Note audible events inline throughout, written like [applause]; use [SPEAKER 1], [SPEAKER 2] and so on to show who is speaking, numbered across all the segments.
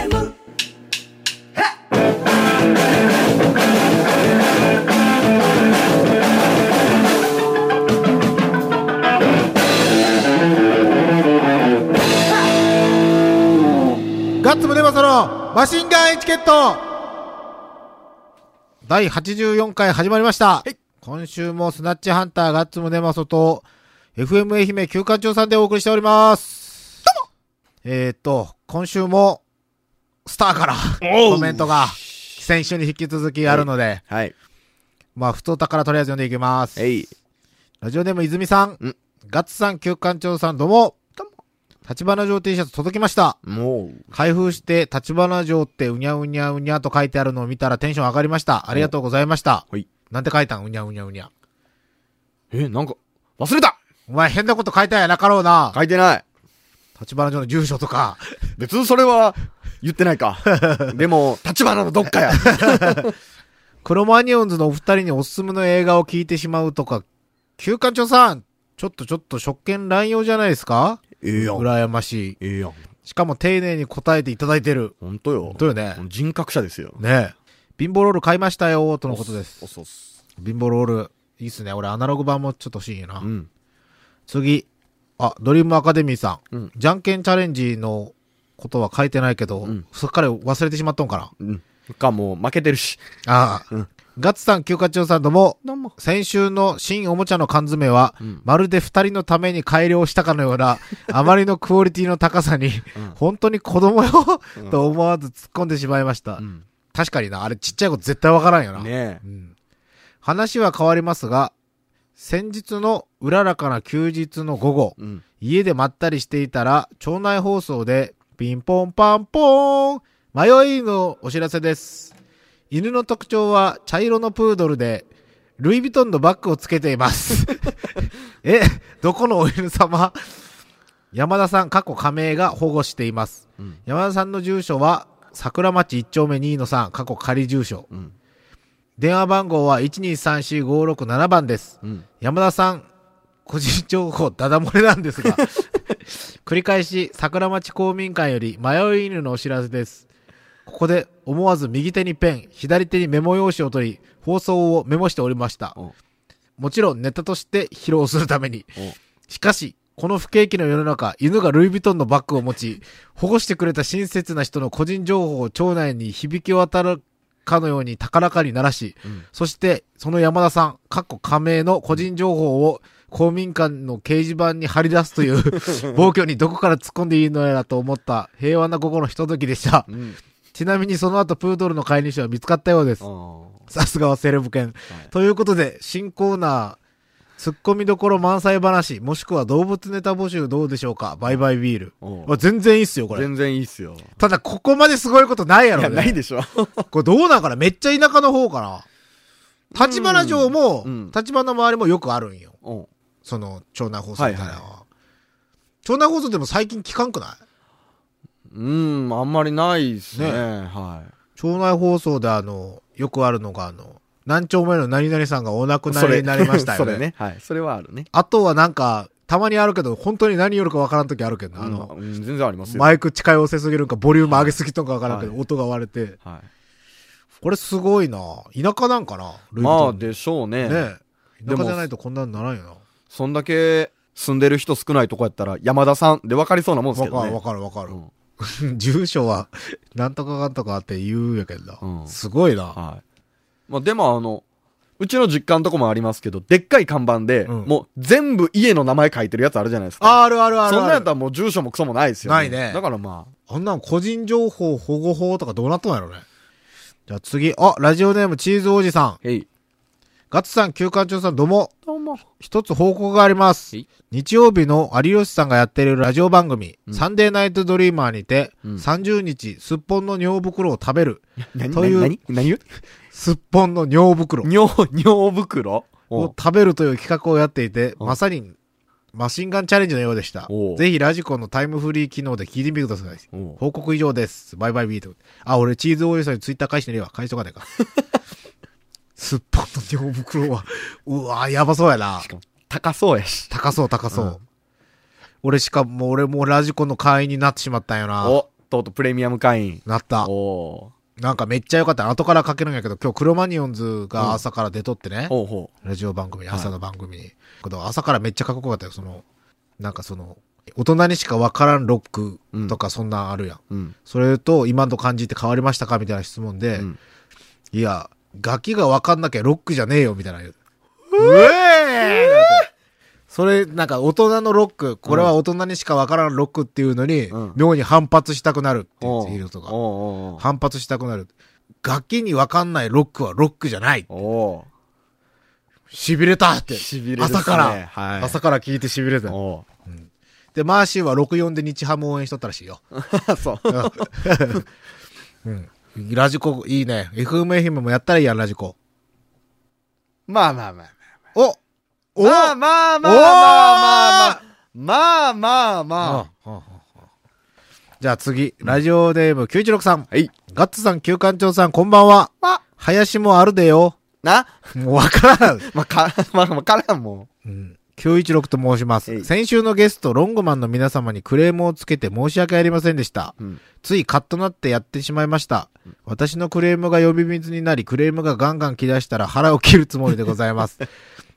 [SPEAKER 1] J-O-E-U-F-M
[SPEAKER 2] ガッツムネマソのマシンガンエチケット第84回始まりました、今週もスナッチハンターガッツムネマソと FM 愛媛休館長さんでお送りしておりますえーっと、今週もスターから
[SPEAKER 3] おう
[SPEAKER 2] コメントが先週に引き続きあるので、
[SPEAKER 3] はい。
[SPEAKER 2] まあ、ふとたからとりあえず読んでいきます。
[SPEAKER 3] えい。
[SPEAKER 2] ラジオネーム泉さん、
[SPEAKER 3] うん
[SPEAKER 2] ガッツさん、休館長さん、どうも。立花城 T シャツ届きました。
[SPEAKER 3] もう。
[SPEAKER 2] 開封して、立花城ってうにゃうにゃうにゃと書いてあるのを見たらテンション上がりました。ありがとうございました。
[SPEAKER 3] はい。
[SPEAKER 2] なんて書いたんうにゃうにゃうにゃ。
[SPEAKER 3] え、なんか、忘れた
[SPEAKER 2] お前変なこと書いたんやなかろうな。
[SPEAKER 3] 書いてない。
[SPEAKER 2] 立花城の住所とか。
[SPEAKER 3] 別にそれは、言ってない [laughs] か。でも、立花のどっかや。
[SPEAKER 2] クロマニオンズのお二人におすすめの映画を聞いてしまうとか、休館長さん、ちょっとちょっと職権乱用じゃないですか
[SPEAKER 3] [laughs] ええやん。え
[SPEAKER 2] 羨ましい。
[SPEAKER 3] えやん。
[SPEAKER 2] しかも丁寧に答えていただいてる。
[SPEAKER 3] ほんとよ
[SPEAKER 2] 本。当よね。
[SPEAKER 3] 人格者ですよ。
[SPEAKER 2] ねえ。貧乏ロール買いましたよ、とのことです
[SPEAKER 3] お。そっす。
[SPEAKER 2] 貧乏ロール。いいっすね。俺、アナログ版もちょっと欲しいな。
[SPEAKER 3] うん。
[SPEAKER 2] 次。あ、ドリームアカデミーさん。
[SPEAKER 3] うん
[SPEAKER 2] じゃんけんチャレンジのことは書いてないけど、
[SPEAKER 3] ん
[SPEAKER 2] すっかり忘れてしまっとんかな。
[SPEAKER 3] うん。か、もう、負けてるし。
[SPEAKER 2] ああ。ガッツさん、休暇長さんどうも。
[SPEAKER 3] どうも。
[SPEAKER 2] 先週の新おもちゃの缶詰は、まるで二人のために改良したかのよう
[SPEAKER 3] [laughs]
[SPEAKER 2] な、あまりのクオリティの高さに、本当に子供よ、と思わず突っ込んでしまいました。
[SPEAKER 3] ん
[SPEAKER 2] 確かにな、あれちっちゃい子絶対わからんよな。
[SPEAKER 3] ねえ。
[SPEAKER 2] 話は変わりますが、先日のうららかな休日の午後、
[SPEAKER 3] うん。
[SPEAKER 2] 家でまったりしていたら、町内放送で、ピンポンパンポーン迷いのお知らせです。犬の特徴は茶色のプードルで、ルイ・ヴィトンのバッグをつけています。え、どこのお犬様山田さん、過去仮名が保護しています。
[SPEAKER 3] うん
[SPEAKER 2] 山田さんの住所は、桜町1丁目2の3、過去仮住所。
[SPEAKER 3] うん。
[SPEAKER 2] 電話番号は1234567番です。
[SPEAKER 3] うん。
[SPEAKER 2] 山田さん、個人情報ダダ漏れなんですが、 [laughs] 繰り返し桜町公民館より迷い犬のお知らせです。ここで思わず右手にペン、左手にメモ用紙を取り、放送をメモしておりました
[SPEAKER 3] お。
[SPEAKER 2] もちろんネタとして披露するために。しかし、この不景気の世の中、犬がルイ・ヴィトンのバッグを持ち、保護してくれた親切な人の個人情報を町内に響き渡るかのように高らかに鳴らし、
[SPEAKER 3] ん
[SPEAKER 2] そして、その山田さん、かっこ仮名の個人情報を公民館の掲示板に張り出すという、
[SPEAKER 3] [laughs]
[SPEAKER 2] 暴挙にどこから突っ込んでいいのやらと思った平和な午後のひとときでした
[SPEAKER 3] う。ん。
[SPEAKER 2] ちなみにその後プードルの飼い主は見つかったようです
[SPEAKER 3] あ。ー
[SPEAKER 2] さすがはセレブ犬。ということで、新コーナー、ツッコミどころ満載話、もしくは動物ネタ募集どうでしょうかバイバイビール。
[SPEAKER 3] おう
[SPEAKER 2] まあ、全然いいっすよ、これ。
[SPEAKER 3] 全然いいっすよ。
[SPEAKER 2] ただ、ここまですごいことないや
[SPEAKER 3] い
[SPEAKER 2] ろ、ね。
[SPEAKER 3] や、ないでしょ。
[SPEAKER 2] これどうなんかなめっちゃ田舎の方かな立花城も、
[SPEAKER 3] うん
[SPEAKER 2] 立花の周りもよくあるんよ。
[SPEAKER 3] [laughs] うん。
[SPEAKER 2] その、町内放送みたいなのは。
[SPEAKER 3] はい
[SPEAKER 2] 町内放送でも最近聞かんくない
[SPEAKER 3] うん、あんまりないっす
[SPEAKER 2] ね
[SPEAKER 3] ね。は
[SPEAKER 2] 町内放送であの、よくあるのがあの、何丁目の何々さんがお亡く
[SPEAKER 3] い。
[SPEAKER 2] なりになりましたよ [laughs]
[SPEAKER 3] それね。はい。それはあるね。
[SPEAKER 2] あとはなんか、たまにあるけど、本当に何よるかわからん時あるけどな、あの、
[SPEAKER 3] うん、全然ありますよ。
[SPEAKER 2] マイク近寄せすぎるんか、ボリューム上げすぎとんかわからんけど、
[SPEAKER 3] はい
[SPEAKER 2] 音が割れて。
[SPEAKER 3] はい。
[SPEAKER 2] これすごいな田舎なんかなルイ・ヴィ
[SPEAKER 3] ま
[SPEAKER 2] ト
[SPEAKER 3] あ
[SPEAKER 2] ン
[SPEAKER 3] でしょう
[SPEAKER 2] ね
[SPEAKER 3] ね
[SPEAKER 2] え
[SPEAKER 3] で
[SPEAKER 2] 田舎
[SPEAKER 3] も
[SPEAKER 2] じゃないとこんなんならんよな。
[SPEAKER 3] そんだけ住んでる人少ないとこやったら山田さんで分かりそうなもんです
[SPEAKER 2] わ
[SPEAKER 3] けど
[SPEAKER 2] か
[SPEAKER 3] ね
[SPEAKER 2] るわかるわかる。 [laughs] 住所は、なんとかかんとかって言うんやけどな。
[SPEAKER 3] うん
[SPEAKER 2] すごいな。
[SPEAKER 3] はいまあ、でもあのうちの実家のとこもありますけどでっかい看板で、
[SPEAKER 2] うん
[SPEAKER 3] もう全部家の名前書いてるやつあるじゃないですか
[SPEAKER 2] あるあるあ
[SPEAKER 3] そ
[SPEAKER 2] る
[SPEAKER 3] んなん
[SPEAKER 2] あ
[SPEAKER 3] やった
[SPEAKER 2] る。
[SPEAKER 3] らもう住所もクソもないですよ、ね、
[SPEAKER 2] ないね
[SPEAKER 3] だからまあ
[SPEAKER 2] あんなん個人情報保護法とかどうなっとんやろね。じゃあ次、あ、ラジオネームチーズ王子さん。
[SPEAKER 3] へい
[SPEAKER 2] ガッツさん、休館長さん、どうも。
[SPEAKER 3] どうも
[SPEAKER 2] 一つ報告があります
[SPEAKER 3] はい。
[SPEAKER 2] 日曜日の有吉さんがやっているラジオ番組、サンデーナイトドリーマーにて、
[SPEAKER 3] うん
[SPEAKER 2] 30日、すっぽんの尿袋を食べ
[SPEAKER 3] [laughs]
[SPEAKER 2] る、
[SPEAKER 3] 何
[SPEAKER 2] という
[SPEAKER 3] 何何言う
[SPEAKER 2] すっぽんの尿袋
[SPEAKER 3] 尿尿袋
[SPEAKER 2] を
[SPEAKER 3] おう
[SPEAKER 2] 食べるという企画をやっていて、
[SPEAKER 3] お
[SPEAKER 2] まさに、マシンガンチャレンジのようでした
[SPEAKER 3] お。う
[SPEAKER 2] ぜひラジコンのタイムフリー機能で聞いてみてください。
[SPEAKER 3] おう
[SPEAKER 2] 報告以上です。バイバイビート。あ、俺チーズオイルさんにツイッター返してねえわ。返しとかねえ [laughs] か。すっぽんの尿袋は、うわやばそうやな
[SPEAKER 3] し。かも高そうやし
[SPEAKER 2] 高そう高そう。俺しかもう俺もうラジコの会員になってしまったんよな。
[SPEAKER 3] お、とうとうプレミアム会員。
[SPEAKER 2] なった。
[SPEAKER 3] おー
[SPEAKER 2] なんかめっちゃ良かった。後からかけるんやけど、今日クロマニオンズが朝から出とってね。
[SPEAKER 3] ほうほ
[SPEAKER 2] ラジオ番組に、
[SPEAKER 3] はい
[SPEAKER 2] 朝の番組に。けど朝からめっちゃかっこよかったよ。その、なんかその、大人にしかわからんロックとかそんなんあるやん。
[SPEAKER 3] う。うん。
[SPEAKER 2] それと今の感じって変わりましたかみたいな質問で、
[SPEAKER 3] うん
[SPEAKER 2] いや、楽器がわかんなきゃロックじゃねえよみたいな言う。
[SPEAKER 3] うえ
[SPEAKER 2] それ、なんか大人のロック、これは大人にしかわからんロックっていうのに、
[SPEAKER 3] うん
[SPEAKER 2] 妙に反発したくなるって
[SPEAKER 3] お
[SPEAKER 2] いう人
[SPEAKER 3] ー
[SPEAKER 2] が。
[SPEAKER 3] おー
[SPEAKER 2] 反発したくなる。楽器にわかんないロックはロックじゃない。
[SPEAKER 3] お
[SPEAKER 2] 痺れたって。
[SPEAKER 3] しびれるっすね
[SPEAKER 2] 朝から、
[SPEAKER 3] はい
[SPEAKER 2] 朝から聞いて痺れた
[SPEAKER 3] ー。お
[SPEAKER 2] で、マーシーは64で日ハム応援しとったらしいよ。
[SPEAKER 3] ー [laughs] そう。
[SPEAKER 2] うん。ラジコ、いいね。FM 愛媛もやったらいいやん、ラジコ。
[SPEAKER 3] まあまあまあ。
[SPEAKER 2] おお
[SPEAKER 3] まあまあまあまあまあまあまあまあまあ。
[SPEAKER 2] うんうんうんうんじゃあ次、ラジオネーム916さん。
[SPEAKER 3] はい。
[SPEAKER 2] ガッツさん、旧館長さん、こんばんは。
[SPEAKER 3] ま、
[SPEAKER 2] 林もあるでよ。
[SPEAKER 3] な [laughs]
[SPEAKER 2] もうわからん。
[SPEAKER 3] まあ、か、 [laughs] まあまあ、からんも
[SPEAKER 2] うん。916と申しま
[SPEAKER 3] え
[SPEAKER 2] す。
[SPEAKER 3] い
[SPEAKER 2] 先週のゲスト、ロングマンの皆様にクレームをつけて申し訳ありませんでした。
[SPEAKER 3] ん。うん。
[SPEAKER 2] ついカッとなってやってしまいました。私のクレームが呼び水になり、クレームがガンガン切り出したら腹を切るつもりでございます。 [laughs]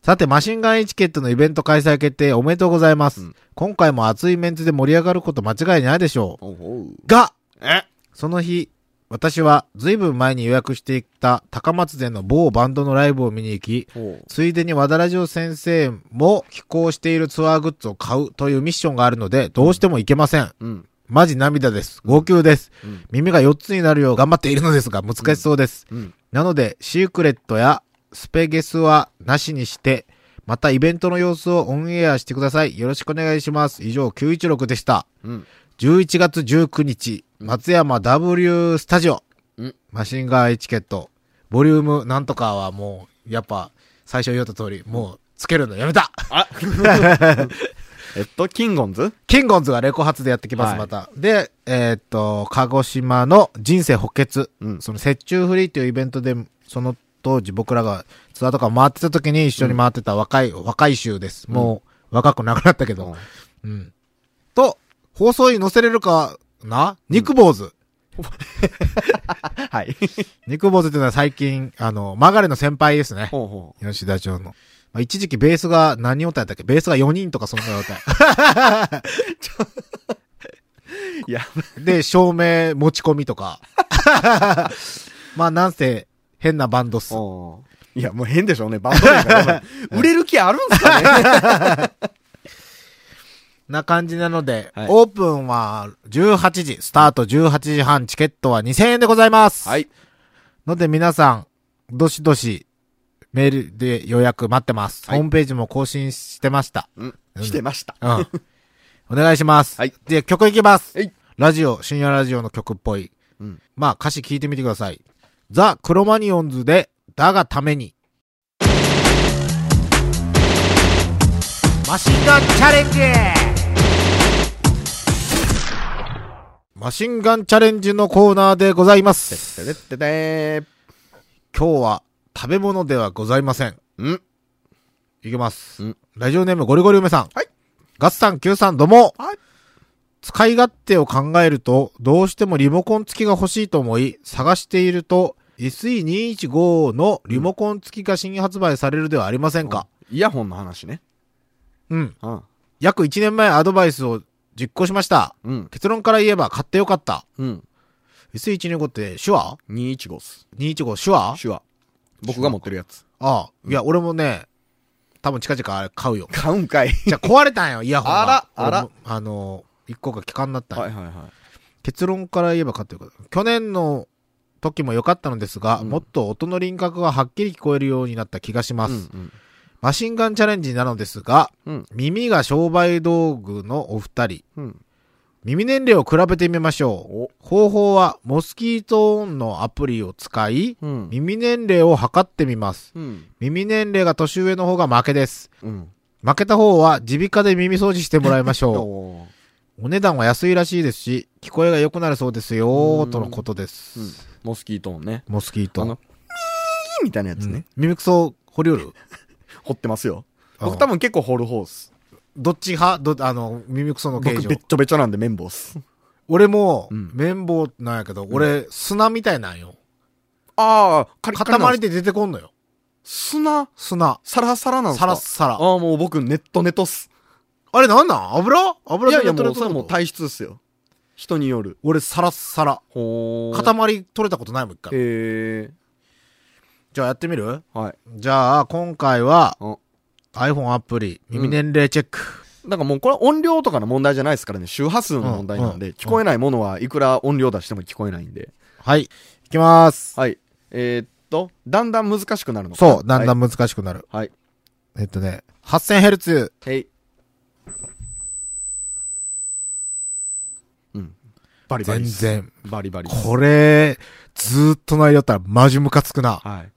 [SPEAKER 2] さて、マシンガンエチケットのイベント開催決定おめでとうございます。
[SPEAKER 3] うん
[SPEAKER 2] 今回も熱いメンツで盛り上がること間違いないでしょう。
[SPEAKER 3] おうおう。
[SPEAKER 2] が、
[SPEAKER 3] え
[SPEAKER 2] その日、私は随分前に予約していた高松での某バンドのライブを見に行き、
[SPEAKER 3] おう。
[SPEAKER 2] ついでに和田ラジオ先生も寄稿しているツアーグッズを買うというミッションがあるので、どうしても行けません。
[SPEAKER 3] うん。
[SPEAKER 2] マジ涙です。号泣です。
[SPEAKER 3] うん
[SPEAKER 2] 耳が4つになるよう頑張っているのですが、難しそうです。
[SPEAKER 3] うん。
[SPEAKER 2] なので、シークレットやスペゲスはなしにして、またイベントの様子をオンエアしてください。よろしくお願いします。以上、916でした。
[SPEAKER 3] うん。
[SPEAKER 2] 11月19日、松山 W スタジオ
[SPEAKER 3] うん。
[SPEAKER 2] マシンガーエチケット。ボリュームなんとかはもう、やっぱ、最初言った通り、もう、つけるのやめた
[SPEAKER 3] あえっと、キンゴンズ
[SPEAKER 2] キンゴンズがレコ発でやってきます、
[SPEAKER 3] はい
[SPEAKER 2] また。で、えーっと、鹿児島の人生補欠。
[SPEAKER 3] うん
[SPEAKER 2] その、雪中フリーというイベントで、その当時僕らがツアーとか回ってた時に一緒に回ってた若い、若い衆です。もう、若くなくなったけど。うん。と、放送に載せれるかな肉坊主。
[SPEAKER 3] はい。
[SPEAKER 2] 肉坊主っていうのは最近、あの、曲がれの先輩ですね。
[SPEAKER 3] [laughs] ほうほ
[SPEAKER 2] 吉田町の。まあ、一時期ベースが何音やったっけベースが4人とかそんな音やった。
[SPEAKER 3] う。いや、
[SPEAKER 2] で、照明持ち込みとか。 [laughs] まあ、なんせ、変なバンドっす。
[SPEAKER 3] おいや、もう変でしょうね。バンド名が。 [laughs] 売れる気あるんすかね
[SPEAKER 2] な感じなので、
[SPEAKER 3] はい
[SPEAKER 2] オープンは18時、スタート18時半、チケットは2000円でございます。
[SPEAKER 3] [laughs] はい。
[SPEAKER 2] ので皆さん、どしどし、メールで予約待ってます。
[SPEAKER 3] はい
[SPEAKER 2] ホームページも更新してました。
[SPEAKER 3] うん。してました。 [laughs]
[SPEAKER 2] うん。お願いします。
[SPEAKER 3] はい
[SPEAKER 2] で、曲いきます。
[SPEAKER 3] はい
[SPEAKER 2] ラジオ、深夜ラジオの曲っぽい。
[SPEAKER 3] うん
[SPEAKER 2] まあ、歌詞聞いてみてください。ザ・クロマニオンズで、だがために。マシンガンチャレンジマシンガンチャレンジのコーナーでございます。
[SPEAKER 3] てれってれー。
[SPEAKER 2] 今日は食べ物ではございません。
[SPEAKER 3] うん。
[SPEAKER 2] いきます。
[SPEAKER 3] うん
[SPEAKER 2] ラジオネームゴリゴリ梅さん。
[SPEAKER 3] はい。
[SPEAKER 2] ガッツさん、キューさん、どうも。
[SPEAKER 3] はい
[SPEAKER 2] 使い勝手を考えると、どうしてもリモコン付きが欲しいと思い、探していると、SE215 のリモコン付きが新発売されるではありませんか。
[SPEAKER 3] イヤホンの話ね。
[SPEAKER 2] うん。
[SPEAKER 3] うん。
[SPEAKER 2] 約1年前アドバイスを実行しました。
[SPEAKER 3] うん。
[SPEAKER 2] 結論から言えば買ってよかった。
[SPEAKER 3] うん。
[SPEAKER 2] SE125 って手話
[SPEAKER 3] 215っす。
[SPEAKER 2] ?215 手話
[SPEAKER 3] 手話。僕が持ってるやつ。。
[SPEAKER 2] ああ。いや、俺もね、多分近々あれ買うよ
[SPEAKER 3] 買うん [laughs] かい。
[SPEAKER 2] じゃあ壊れたんよ、イヤホンが。
[SPEAKER 3] あらあら
[SPEAKER 2] 俺も。あの、一個が効かんなったんよ
[SPEAKER 3] はいはいは
[SPEAKER 2] 結論から言えばかっていうか、去年の時も良かったのですが、
[SPEAKER 3] うん
[SPEAKER 2] もっと音の輪郭がはっきり聞こえるようになった気がしま
[SPEAKER 3] い。う
[SPEAKER 2] す。
[SPEAKER 3] ん
[SPEAKER 2] マシンガンチャレンジなのですが、
[SPEAKER 3] うん。
[SPEAKER 2] 耳が商売道具のお二人、
[SPEAKER 3] うん。うん。
[SPEAKER 2] 耳年齢を比べてみましょう。
[SPEAKER 3] お。
[SPEAKER 2] 方法は、モスキートオンのアプリを使い、
[SPEAKER 3] うん。
[SPEAKER 2] 耳年齢を測ってみます。
[SPEAKER 3] うん。
[SPEAKER 2] 耳年齢が年上の方が負けです。
[SPEAKER 3] うん。
[SPEAKER 2] 負けた方は、耳鼻科で耳掃除してもらいましょう。
[SPEAKER 3] [laughs] おー
[SPEAKER 2] お値段は安いらしいですし、聞こえが良くなるそうですよ、とのことです。
[SPEAKER 3] うん。モスキートーンね。
[SPEAKER 2] モスキート。
[SPEAKER 3] あの、ミーみたいなやつね。
[SPEAKER 2] うん耳くそ掘りおる
[SPEAKER 3] 掘ってますよ。
[SPEAKER 2] あ
[SPEAKER 3] 僕多分結構掘る方っす。
[SPEAKER 2] どっち派ど、あの、耳くその形
[SPEAKER 3] 僕、
[SPEAKER 2] 状
[SPEAKER 3] べっ。ちょべちょなんで綿棒っす。
[SPEAKER 2] 俺も、
[SPEAKER 3] うん
[SPEAKER 2] 綿棒なんやけど、俺、砂みたいなんよ。
[SPEAKER 3] ああ、カリカリなん
[SPEAKER 2] 塊
[SPEAKER 3] す。
[SPEAKER 2] で出てこんのよ。
[SPEAKER 3] 砂、
[SPEAKER 2] 砂。
[SPEAKER 3] サラサラなんす
[SPEAKER 2] サ
[SPEAKER 3] か
[SPEAKER 2] ラッサラ。
[SPEAKER 3] ああ、もう僕、ネットネトっす。
[SPEAKER 2] あれなんなん油油
[SPEAKER 3] いやいや、も
[SPEAKER 2] 取
[SPEAKER 3] う、
[SPEAKER 2] れ
[SPEAKER 3] それ
[SPEAKER 2] た
[SPEAKER 3] もう
[SPEAKER 2] こと
[SPEAKER 3] 体質っすよ。人による。
[SPEAKER 2] 俺、サラッサラ。
[SPEAKER 3] ほー。
[SPEAKER 2] 塊取れたことないもん、一回。
[SPEAKER 3] へえ。
[SPEAKER 2] じゃあやってみる
[SPEAKER 3] はい。
[SPEAKER 2] じゃあ、今回は
[SPEAKER 3] うん、
[SPEAKER 2] iPhone アプリ、耳年齢チェック。
[SPEAKER 3] なんかもうこれは音量とかの問題じゃないですからね、周波数の問題なん
[SPEAKER 2] うん
[SPEAKER 3] で、
[SPEAKER 2] うん
[SPEAKER 3] 聞こえないものはいくら音量出しても聞こえないんで。
[SPEAKER 2] はい。いきます。
[SPEAKER 3] はい。えーっと、だんだん難しくなるのかな
[SPEAKER 2] そう、だんだ
[SPEAKER 3] ん。
[SPEAKER 2] ん難しくなる。
[SPEAKER 3] はい。
[SPEAKER 2] えっとね、8000Hz。
[SPEAKER 3] はい。へいうん。バリバ
[SPEAKER 2] 全
[SPEAKER 3] リ。。
[SPEAKER 2] 然。
[SPEAKER 3] バリバリ。
[SPEAKER 2] これ、ずーっと鳴りよったらマジムカつくな。
[SPEAKER 3] はい。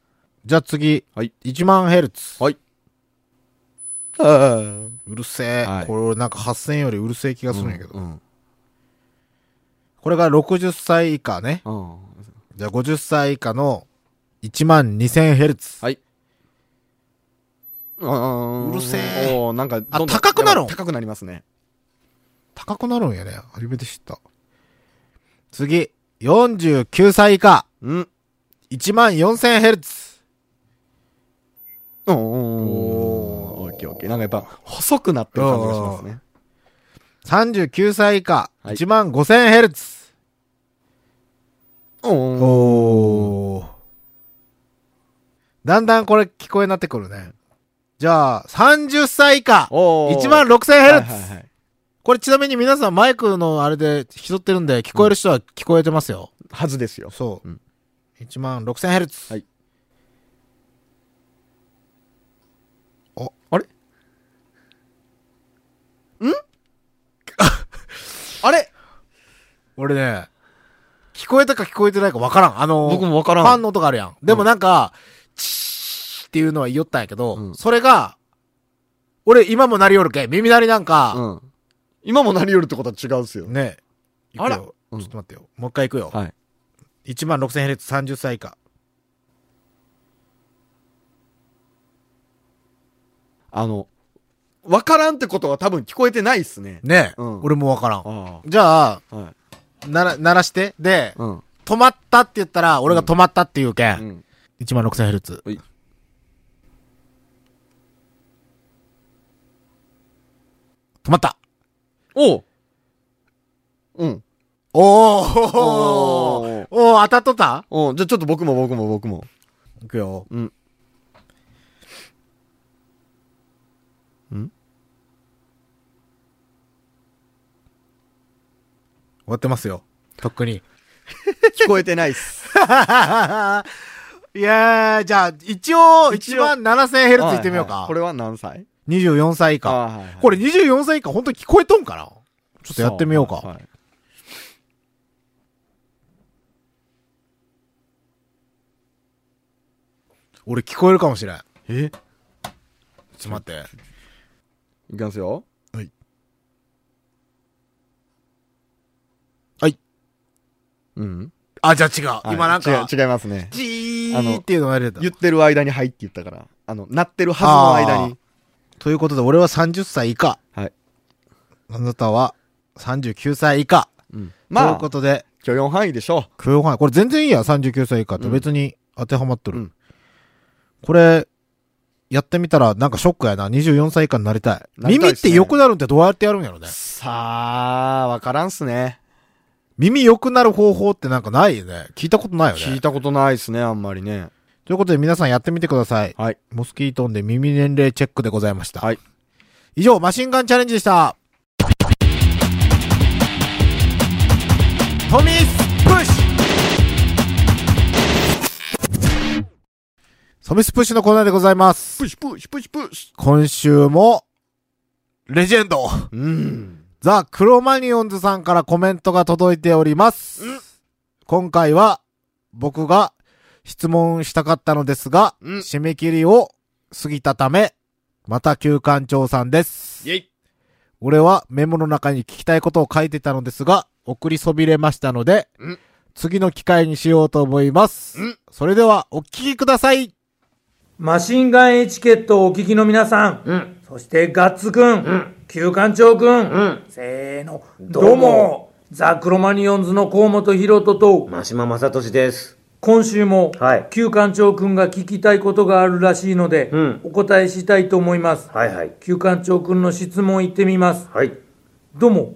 [SPEAKER 2] じゃあ次。
[SPEAKER 3] はい。
[SPEAKER 2] 1万ヘルツ。
[SPEAKER 3] はい。あ
[SPEAKER 2] うるせえ。
[SPEAKER 3] はい
[SPEAKER 2] これなんか8000よりうるせえ気がするんやけど。
[SPEAKER 3] うん。
[SPEAKER 2] これが60歳以下ね。
[SPEAKER 3] うん。
[SPEAKER 2] じゃあ50歳以下の1万2000ヘルツ。
[SPEAKER 3] はいうん。
[SPEAKER 2] うるせえ
[SPEAKER 3] おーなんかどんどん、
[SPEAKER 2] 高くなるん
[SPEAKER 3] やっぱ高くなりますね。
[SPEAKER 2] 高くなるんやね。初めて知った。次。49歳以下。
[SPEAKER 3] うん。
[SPEAKER 2] 1万4000ヘルツ。
[SPEAKER 3] おー
[SPEAKER 2] おー
[SPEAKER 3] オッケーオッケー。なんかやっぱ、細くなってる感じがしますね。
[SPEAKER 2] 39歳以下。
[SPEAKER 3] はい
[SPEAKER 2] 1万5000ヘルツ。
[SPEAKER 3] おー
[SPEAKER 2] おー。だんだんこれ聞こえになってくるね。じゃあ、30歳以下。
[SPEAKER 3] おー
[SPEAKER 2] 1万6000ヘルツ。
[SPEAKER 3] はいはいはい
[SPEAKER 2] これちなみに皆さんマイクのあれで拾ってるんで、聞こえる人は聞こえてますよ。
[SPEAKER 3] はずですよ。
[SPEAKER 2] そう。
[SPEAKER 3] うん
[SPEAKER 2] 1万6000ヘルツ。
[SPEAKER 3] はい
[SPEAKER 2] お、
[SPEAKER 3] あれん
[SPEAKER 2] [laughs]
[SPEAKER 3] あれ
[SPEAKER 2] 俺ね、聞こえたか聞こえてないかわからん。あの、
[SPEAKER 3] 僕もわからん
[SPEAKER 2] ファンの音があるやん。でもなんか、チーっていうのは言おったんやけど、
[SPEAKER 3] うん
[SPEAKER 2] それが、俺今も鳴りよるけ。耳鳴りなんか、
[SPEAKER 3] ん。今もなりよるってことは違うっすよ。
[SPEAKER 2] ね。行く
[SPEAKER 3] あら
[SPEAKER 2] よ
[SPEAKER 3] うん
[SPEAKER 2] ちょっと待ってよ。もう一回行くよ。
[SPEAKER 3] はい。
[SPEAKER 2] 1万6000ヘルツ30歳以下。
[SPEAKER 3] あの、わからんってことは多分聞こえてないっすね。
[SPEAKER 2] ね、
[SPEAKER 3] うん
[SPEAKER 2] 俺もわからん。
[SPEAKER 3] あ
[SPEAKER 2] じゃあ、
[SPEAKER 3] あ。はい。
[SPEAKER 2] なら、鳴らして。で、
[SPEAKER 3] うん。
[SPEAKER 2] 止まったって言ったら、俺が止まったって言うけ。
[SPEAKER 3] うんん。
[SPEAKER 2] 1万6000ヘルツ。
[SPEAKER 3] はい
[SPEAKER 2] 止まった。
[SPEAKER 3] おううん。
[SPEAKER 2] おーおー
[SPEAKER 3] ー
[SPEAKER 2] おー当たっとった
[SPEAKER 3] おうじゃあちょっと僕も僕も僕 [laughs] も。
[SPEAKER 2] いくよ。
[SPEAKER 3] うん。ん
[SPEAKER 2] 終わってますよ。とっ [laughs] くに。
[SPEAKER 3] 聞こえてないっす。
[SPEAKER 2] いやー、じゃあ、一応、1
[SPEAKER 3] 一応
[SPEAKER 2] 万7000ヘルツいってみよう
[SPEAKER 3] はいは
[SPEAKER 2] か
[SPEAKER 3] いこ。れは何歳
[SPEAKER 2] 24歳以下。
[SPEAKER 3] あーはいはい
[SPEAKER 2] これ24歳以下本当に聞こえとんかなちょっとやってみよう
[SPEAKER 3] そ
[SPEAKER 2] か。
[SPEAKER 3] はい
[SPEAKER 2] 俺聞こえるかもしれん。
[SPEAKER 3] え
[SPEAKER 2] ちょっと待って。
[SPEAKER 3] いきますよ。
[SPEAKER 2] はい。はい。
[SPEAKER 3] うん。
[SPEAKER 2] あ、じゃあ違う。今なん
[SPEAKER 3] はい
[SPEAKER 2] か、
[SPEAKER 3] 違う違いますね。
[SPEAKER 2] ジーっていうのが出た。
[SPEAKER 3] 言ってる間に「はい」って言ったから。あの、鳴ってるはずの間に。
[SPEAKER 2] ということで、俺は30歳以下。
[SPEAKER 3] はい。
[SPEAKER 2] あなたは39歳以下。
[SPEAKER 3] うん。
[SPEAKER 2] とい
[SPEAKER 3] ま
[SPEAKER 2] う
[SPEAKER 3] あ
[SPEAKER 2] こ、とで、
[SPEAKER 3] 許容範囲でしょ
[SPEAKER 2] 許容範囲。これ全然いいや、39歳以下って別に当てはまってる。
[SPEAKER 3] うん
[SPEAKER 2] これ、やってみたらなんかショックやな。24歳以下になりたい。
[SPEAKER 3] なりた
[SPEAKER 2] 耳
[SPEAKER 3] い
[SPEAKER 2] っ
[SPEAKER 3] っす
[SPEAKER 2] て
[SPEAKER 3] ね
[SPEAKER 2] 良くなるんってどうやってやるんやろね
[SPEAKER 3] う。。さあ、わからんっすね。
[SPEAKER 2] 耳良くなる方法ってなんかないよね。聞いたことないよ
[SPEAKER 3] 聞
[SPEAKER 2] ね
[SPEAKER 3] い。たことないっすね、あんまりね。
[SPEAKER 2] ということで皆さんやってみてください。
[SPEAKER 3] はい。
[SPEAKER 2] モスキートンで耳年齢チェックでございました。
[SPEAKER 3] はい。
[SPEAKER 2] 以上、マシンガンチャレンジでした。トミースプッシュトミスプッシュのコーナーでございます。
[SPEAKER 3] ッシュプッシュプッシュプッシ
[SPEAKER 2] 今週も、レジェンド、
[SPEAKER 3] ュ。うん。
[SPEAKER 2] ザ・クロマニオンズさんからコメントが届いております。今回は、僕が質問したかったのですが、
[SPEAKER 3] うん
[SPEAKER 2] 締め切りを過ぎたため、また休館長さんです。
[SPEAKER 3] イェイ。
[SPEAKER 2] 俺はメモの中に聞きたいことを書いてたのですが、送りそびれましたので、
[SPEAKER 3] うん
[SPEAKER 2] 次の機会にしようと思います。
[SPEAKER 3] うん
[SPEAKER 2] それでは、お聞きください。
[SPEAKER 4] マシンガンエチケットをお聞きの皆さん、そしてガッツくん、旧館長くん、
[SPEAKER 5] うん
[SPEAKER 4] せーの、
[SPEAKER 5] ど
[SPEAKER 4] ど
[SPEAKER 5] う
[SPEAKER 4] う
[SPEAKER 5] も
[SPEAKER 4] も、ザ・クロマニオンズの河本ヒロトと、
[SPEAKER 5] 真島正俊です。
[SPEAKER 4] 今週も、
[SPEAKER 5] はい
[SPEAKER 4] 旧館長くんが聞きたいことがあるらしいので、
[SPEAKER 5] うん
[SPEAKER 4] お答えしたいと思います。
[SPEAKER 5] はいはい。
[SPEAKER 4] 旧館長くんの質問いってみます。
[SPEAKER 5] はい。
[SPEAKER 4] どうも、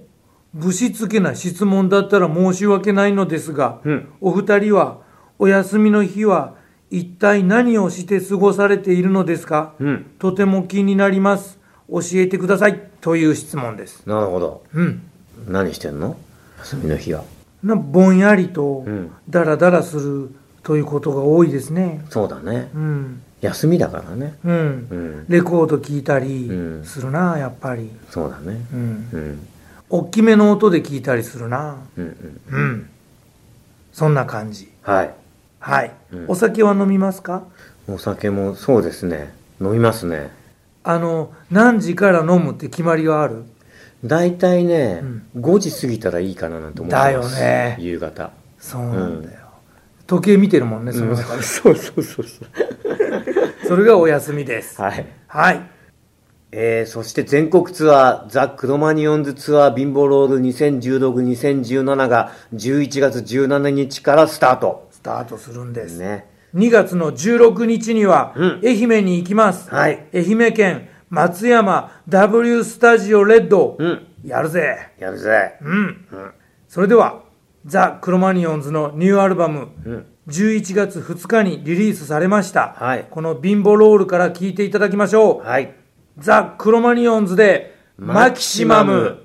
[SPEAKER 4] ぶしつけな質問だったら申し訳ないのですが、
[SPEAKER 5] うん
[SPEAKER 4] お二人は、お休みの日は、一体何をして過ごされているのですか、
[SPEAKER 5] うん
[SPEAKER 4] とても気になります。教えてください。という質問です。
[SPEAKER 5] なるほど。
[SPEAKER 4] うん。
[SPEAKER 5] 何してんの休みの日は。
[SPEAKER 4] なぼんやりと
[SPEAKER 5] ん
[SPEAKER 4] ダラダラするということが多いですね
[SPEAKER 5] そうだね。
[SPEAKER 4] うん
[SPEAKER 5] 休みだからね。
[SPEAKER 4] うん、
[SPEAKER 5] うん。
[SPEAKER 4] レコード聞いたり
[SPEAKER 5] うん
[SPEAKER 4] するな、やっぱり
[SPEAKER 5] そうだね。
[SPEAKER 4] うん
[SPEAKER 5] うん。
[SPEAKER 4] おっきめの音で聞いたりするな
[SPEAKER 5] うんうん。
[SPEAKER 4] うんそんな感じ
[SPEAKER 5] はい。
[SPEAKER 4] はい、
[SPEAKER 5] うん
[SPEAKER 4] お酒は飲みますか
[SPEAKER 5] お酒もそうですね。飲みますね。
[SPEAKER 4] あの何時から飲むって決まりはある
[SPEAKER 5] 大体ね、
[SPEAKER 4] うん
[SPEAKER 5] 5時過ぎたらいいかななんて思ってます。
[SPEAKER 4] だよね
[SPEAKER 5] 夕方。
[SPEAKER 4] そうなんだよ、時計見てるもんねその中で、
[SPEAKER 5] そうそうそうそう。
[SPEAKER 4] [laughs] それがお休みです
[SPEAKER 5] はい。
[SPEAKER 4] はい
[SPEAKER 5] えー、そして全国ツアー、ザ・クロマニオンズツアー貧乏ロール2016-2017が11月17日からスタート。
[SPEAKER 4] スタートするんです、
[SPEAKER 5] ね。
[SPEAKER 4] 2月の16日には
[SPEAKER 5] うん、
[SPEAKER 4] 愛媛に行きます。
[SPEAKER 5] はい
[SPEAKER 4] 愛媛県松山 W スタジオレッド。
[SPEAKER 5] うん。
[SPEAKER 4] やるぜ。
[SPEAKER 5] やるぜ。
[SPEAKER 4] うん。それでは、ザ・クロマニオンズのニューアルバム、
[SPEAKER 5] うん。
[SPEAKER 4] 11月2日にリリースされました。
[SPEAKER 5] はい
[SPEAKER 4] このビンボロールから聴いていただきましょう。
[SPEAKER 5] はい。
[SPEAKER 4] ザ・クロマニオンズで、マキシマム。。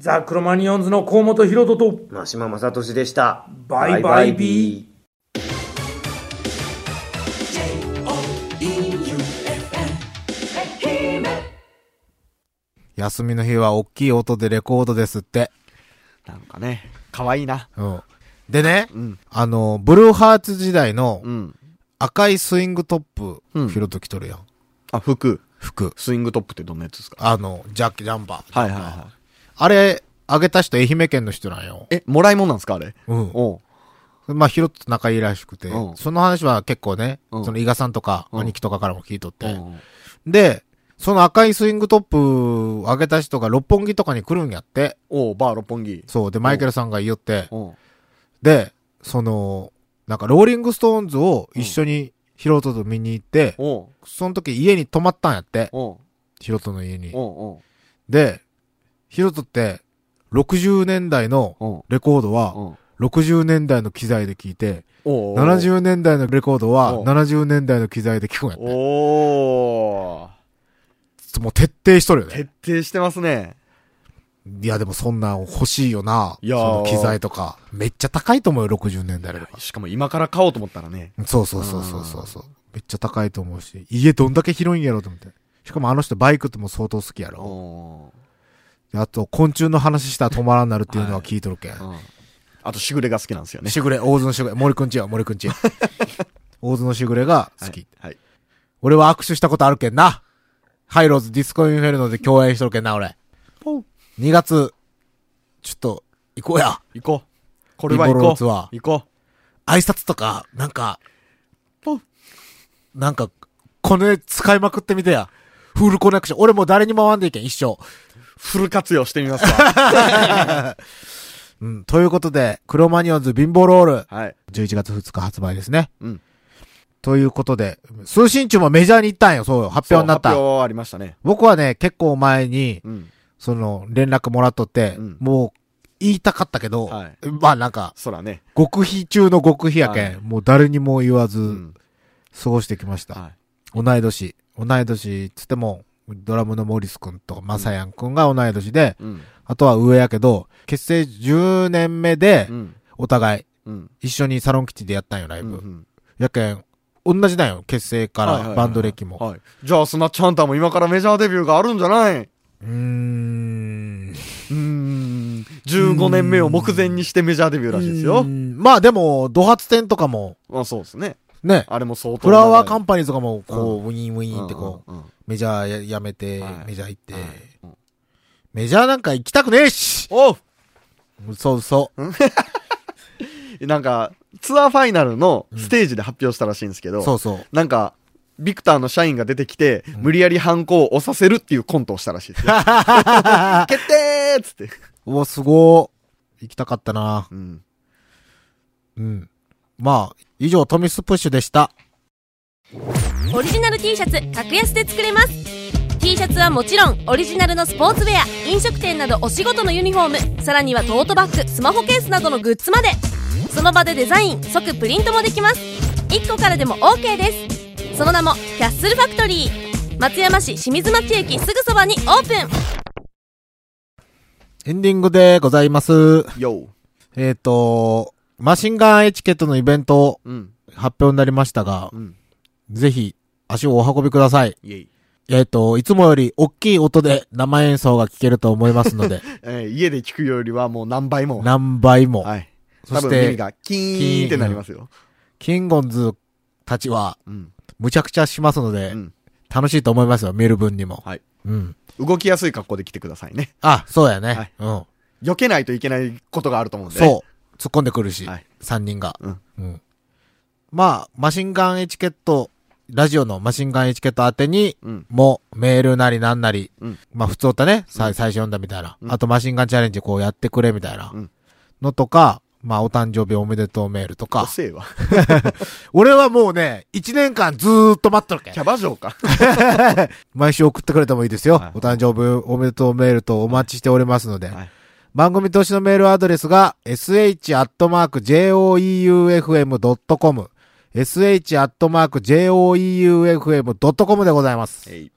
[SPEAKER 4] ザ・クロマニオンズの河本ロ人と、
[SPEAKER 5] 真島正俊でした。
[SPEAKER 4] バイバイビー
[SPEAKER 1] J-O-E-U-F-M
[SPEAKER 2] 休みの日は大きい音でレコードですって。
[SPEAKER 3] なんかね、可愛いな。
[SPEAKER 2] うん。でね、
[SPEAKER 3] うん。
[SPEAKER 2] あの、ブルーハーツ時代の
[SPEAKER 3] うん。
[SPEAKER 2] 赤いスイングトップ、
[SPEAKER 3] うん
[SPEAKER 2] 拾ってきとるやん。
[SPEAKER 3] あ、服。
[SPEAKER 2] 服。
[SPEAKER 3] スイングトップってどんなやつですか
[SPEAKER 2] あの、ジャッキジャンパー。
[SPEAKER 3] はいはいはい。
[SPEAKER 2] あれ、あげた人愛媛県の人なんよ。
[SPEAKER 3] え、もらいもんなんですかあれ。
[SPEAKER 2] うん。
[SPEAKER 3] おう
[SPEAKER 2] まあ、ヒロと仲いいらしくて、
[SPEAKER 3] うん
[SPEAKER 2] その話は結構ね、
[SPEAKER 3] うん
[SPEAKER 2] その伊賀さんとか、
[SPEAKER 3] うん
[SPEAKER 2] 兄貴とかからも聞いとって、
[SPEAKER 3] うん。
[SPEAKER 2] で、その赤いスイングトップを上げた人が六本木とかに来るんやって、
[SPEAKER 3] おうバー六本木。
[SPEAKER 2] そう、で、マイケルさんが言おって、
[SPEAKER 3] おう
[SPEAKER 2] で、その、なんか、ローリングストーンズを一緒にヒロトと見に行って、
[SPEAKER 3] おう
[SPEAKER 2] その時家に泊まったんやって、
[SPEAKER 3] おう
[SPEAKER 2] ヒロトの家に。
[SPEAKER 3] おう
[SPEAKER 2] で、ヒロトって、60年代の
[SPEAKER 3] おう
[SPEAKER 2] レコードは、
[SPEAKER 3] おう
[SPEAKER 2] 60年代の機材で聞いて、
[SPEAKER 3] おう
[SPEAKER 2] 70年代のレコードは
[SPEAKER 3] おう
[SPEAKER 2] 70年代の機材で聞くんやって。
[SPEAKER 3] おー
[SPEAKER 2] もう徹底しとるよね。
[SPEAKER 3] 徹底してますね。
[SPEAKER 2] いやでもそんなん欲しいよな。
[SPEAKER 3] いやー
[SPEAKER 2] その機材とか。めっちゃ高いと思うよ、60年代とか。
[SPEAKER 3] しかも今から買おうと思ったらね。
[SPEAKER 2] そうそうそうそうそうそう。めっちゃ高いと思うし、家どんだけ広いんやろと思って。しかもあの人バイクっても相当好きやろ。
[SPEAKER 3] おう
[SPEAKER 2] であと、昆虫の話したら止まらんなるっていうのは聞いとるけん。
[SPEAKER 3] うんあと、しぐれが好きなんですよね。
[SPEAKER 2] しぐれ、大津のしぐれ、森くんちよ、森くん
[SPEAKER 3] [laughs]
[SPEAKER 2] ち。大津のしぐれが好き。
[SPEAKER 3] はい。
[SPEAKER 2] 俺は握手したことあるけんな。ハイローズディスコインフェルノで共演しとるけんな、俺。2月、ちょっと、行こうや。
[SPEAKER 3] 行こう。これは行
[SPEAKER 2] ビボローツ
[SPEAKER 3] こ
[SPEAKER 2] は
[SPEAKER 3] う。行こ
[SPEAKER 2] 挨拶とか、なんか、
[SPEAKER 3] ポン
[SPEAKER 2] なんか、これ使いまくってみてや。フルコネクション。俺もう誰にも会わんでいけん、一生。
[SPEAKER 3] う。フル活用してみます
[SPEAKER 2] [laughs]
[SPEAKER 3] わ。
[SPEAKER 2] うん。ということで、クロマニオンズ貧乏ロール、
[SPEAKER 3] はい。
[SPEAKER 2] 11月2日発売ですね。
[SPEAKER 3] うん。
[SPEAKER 2] ということで、通信中もメジャーに行ったんよ、そうよ。発表になっ
[SPEAKER 3] そう発
[SPEAKER 2] た。
[SPEAKER 3] 表はありましたね。
[SPEAKER 2] 僕はね、結構前に、
[SPEAKER 3] うん。
[SPEAKER 2] その、連絡もらっとって、
[SPEAKER 3] うん
[SPEAKER 2] もう、言いたかったけど、
[SPEAKER 3] はい
[SPEAKER 2] まあなんか、
[SPEAKER 3] そらね。
[SPEAKER 2] 極秘中の極秘やけん、
[SPEAKER 3] はい
[SPEAKER 2] もう誰にも言わ
[SPEAKER 3] う
[SPEAKER 2] ず、
[SPEAKER 3] ん。
[SPEAKER 2] 過ごしてきました。
[SPEAKER 3] はい。
[SPEAKER 2] 同い年、同い年っつっても、ドラムのモリス君とマサヤン君が同い年で、
[SPEAKER 3] うん。
[SPEAKER 2] あとは上やけど、結成10年目で
[SPEAKER 3] う、ん。
[SPEAKER 2] お互い、
[SPEAKER 3] うん。
[SPEAKER 2] 一緒にサロン基地でやったんよ、ライ
[SPEAKER 3] う
[SPEAKER 2] ブ。
[SPEAKER 3] ん。
[SPEAKER 2] やけん、同じだよ、結成か
[SPEAKER 3] はいはいは
[SPEAKER 2] ら、
[SPEAKER 3] い
[SPEAKER 2] バンド歴も。
[SPEAKER 3] はい。じゃあ、スナッチハンターも今からメジャーデビューがあるんじゃないう
[SPEAKER 2] ーん。
[SPEAKER 3] うーん。15年目を目前にしてメジャーデビューらしいです
[SPEAKER 2] う
[SPEAKER 3] よ
[SPEAKER 2] ーん。まあでも、ド発展とかも、
[SPEAKER 3] まあそうですね。
[SPEAKER 2] ね、
[SPEAKER 3] あれも相当。
[SPEAKER 2] フラワーカ
[SPEAKER 3] ン
[SPEAKER 2] ンパニーとかも、こう、ウィンウィンってこう、
[SPEAKER 3] うんうん
[SPEAKER 2] メジャーややめて、
[SPEAKER 3] はい
[SPEAKER 2] メジャー行って、
[SPEAKER 3] はいうん
[SPEAKER 2] メジャーなんか行きたくねえし
[SPEAKER 3] おう
[SPEAKER 2] そうそう。
[SPEAKER 3] なんか、ツアーファイナルのステージで発表したらしいんですけど、
[SPEAKER 2] そうそう。
[SPEAKER 3] なんか、ビクターの社員が出てきて、無理やりハンコを押させるっていうコントをしたらしい
[SPEAKER 2] [laughs]
[SPEAKER 3] ですよ。決定っつって。
[SPEAKER 2] うわ、すごー。行きたかったな。
[SPEAKER 3] うん。
[SPEAKER 2] うん。まあ、以上、トミスプッシュでした。
[SPEAKER 6] オリジナル T シャツ格安で作れます T シャツはもちろんオリジナルのスポーツウェア飲食店などお仕事のユニフォームさらにはトートバッグスマホケースなどのグッズまでその場でデザイン即プリントもできます1個からでも OK ですその名もキャッスルファクトリー松山市清水町駅すぐそばにオープン
[SPEAKER 2] エンディングでございます。
[SPEAKER 3] よ
[SPEAKER 2] えっ、と、マシンガンエチケットのイベント
[SPEAKER 3] う。うん。
[SPEAKER 2] 発表になりましたが
[SPEAKER 3] う、ん。
[SPEAKER 2] ぜひ足をお運びください。
[SPEAKER 3] イェイ。
[SPEAKER 2] えっ、と、いつもより大きい音で生演奏が聴けると思いますの
[SPEAKER 3] [laughs]
[SPEAKER 2] で、
[SPEAKER 3] えー家で聞くよりはもう何倍も。
[SPEAKER 2] 何倍も。
[SPEAKER 3] はい。
[SPEAKER 2] そ
[SPEAKER 3] 多
[SPEAKER 2] し
[SPEAKER 3] 分耳
[SPEAKER 2] て、
[SPEAKER 3] がキーンってなりますよ。
[SPEAKER 2] キンゴンズたちは、
[SPEAKER 3] うん。
[SPEAKER 2] むちゃくちゃしますので、
[SPEAKER 3] うん
[SPEAKER 2] 楽しいと思いますよ、見る分にも。
[SPEAKER 3] はい。
[SPEAKER 2] うん。
[SPEAKER 3] 動きやすい格好で来てくださいね。
[SPEAKER 2] あ、そうやね。
[SPEAKER 3] はい
[SPEAKER 2] うん。
[SPEAKER 3] 避けないといけないことがあると思うんで。
[SPEAKER 2] そう。突っ込んでくるし、
[SPEAKER 3] はい
[SPEAKER 2] 3人が、
[SPEAKER 3] うん
[SPEAKER 2] うんまあ、マシンガンエチケット、ラジオのマシンガンエチケット宛てに、
[SPEAKER 3] うん
[SPEAKER 2] もうメールなりなんなり、
[SPEAKER 3] うん
[SPEAKER 2] まあ普通歌ね、さ最初読んだみたいな、あとマシンガンチャレンジこうやってくれみたいな、
[SPEAKER 3] うん
[SPEAKER 2] のとか、まあお誕生日おめでとうメールと
[SPEAKER 3] う
[SPEAKER 2] か、
[SPEAKER 3] せえわ。
[SPEAKER 2] 俺はもうね、1年間ずーっと待っとるけん
[SPEAKER 3] キャバ嬢か。
[SPEAKER 2] 毎週送ってくれてもいいですよ。
[SPEAKER 3] はい
[SPEAKER 2] お誕生日おめでとうメールとお待ちしておりますので。
[SPEAKER 3] はい
[SPEAKER 2] 番組投資のメールアドレスが sh.joeufm.com sh.joeufm.com でございます。
[SPEAKER 3] えい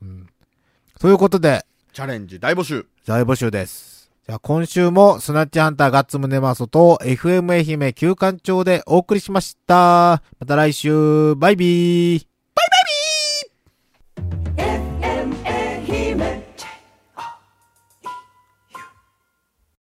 [SPEAKER 2] ということで、
[SPEAKER 3] チャレンジ大募集。
[SPEAKER 2] 大募集です。じゃあ今週もスナッチハンターガッツムネマソと FM 愛媛旧館長でお送りしました。また来週、バイビー。